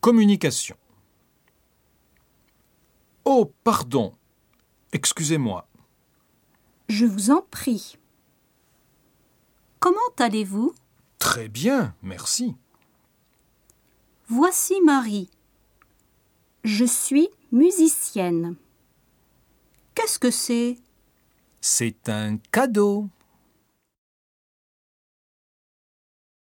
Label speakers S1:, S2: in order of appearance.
S1: Communication. Oh, pardon. Excusez-moi.
S2: Je vous en prie. Comment allez-vous
S1: Très bien, merci.
S2: Voici Marie. Je suis musicienne. Qu'est-ce que c'est
S1: C'est un cadeau.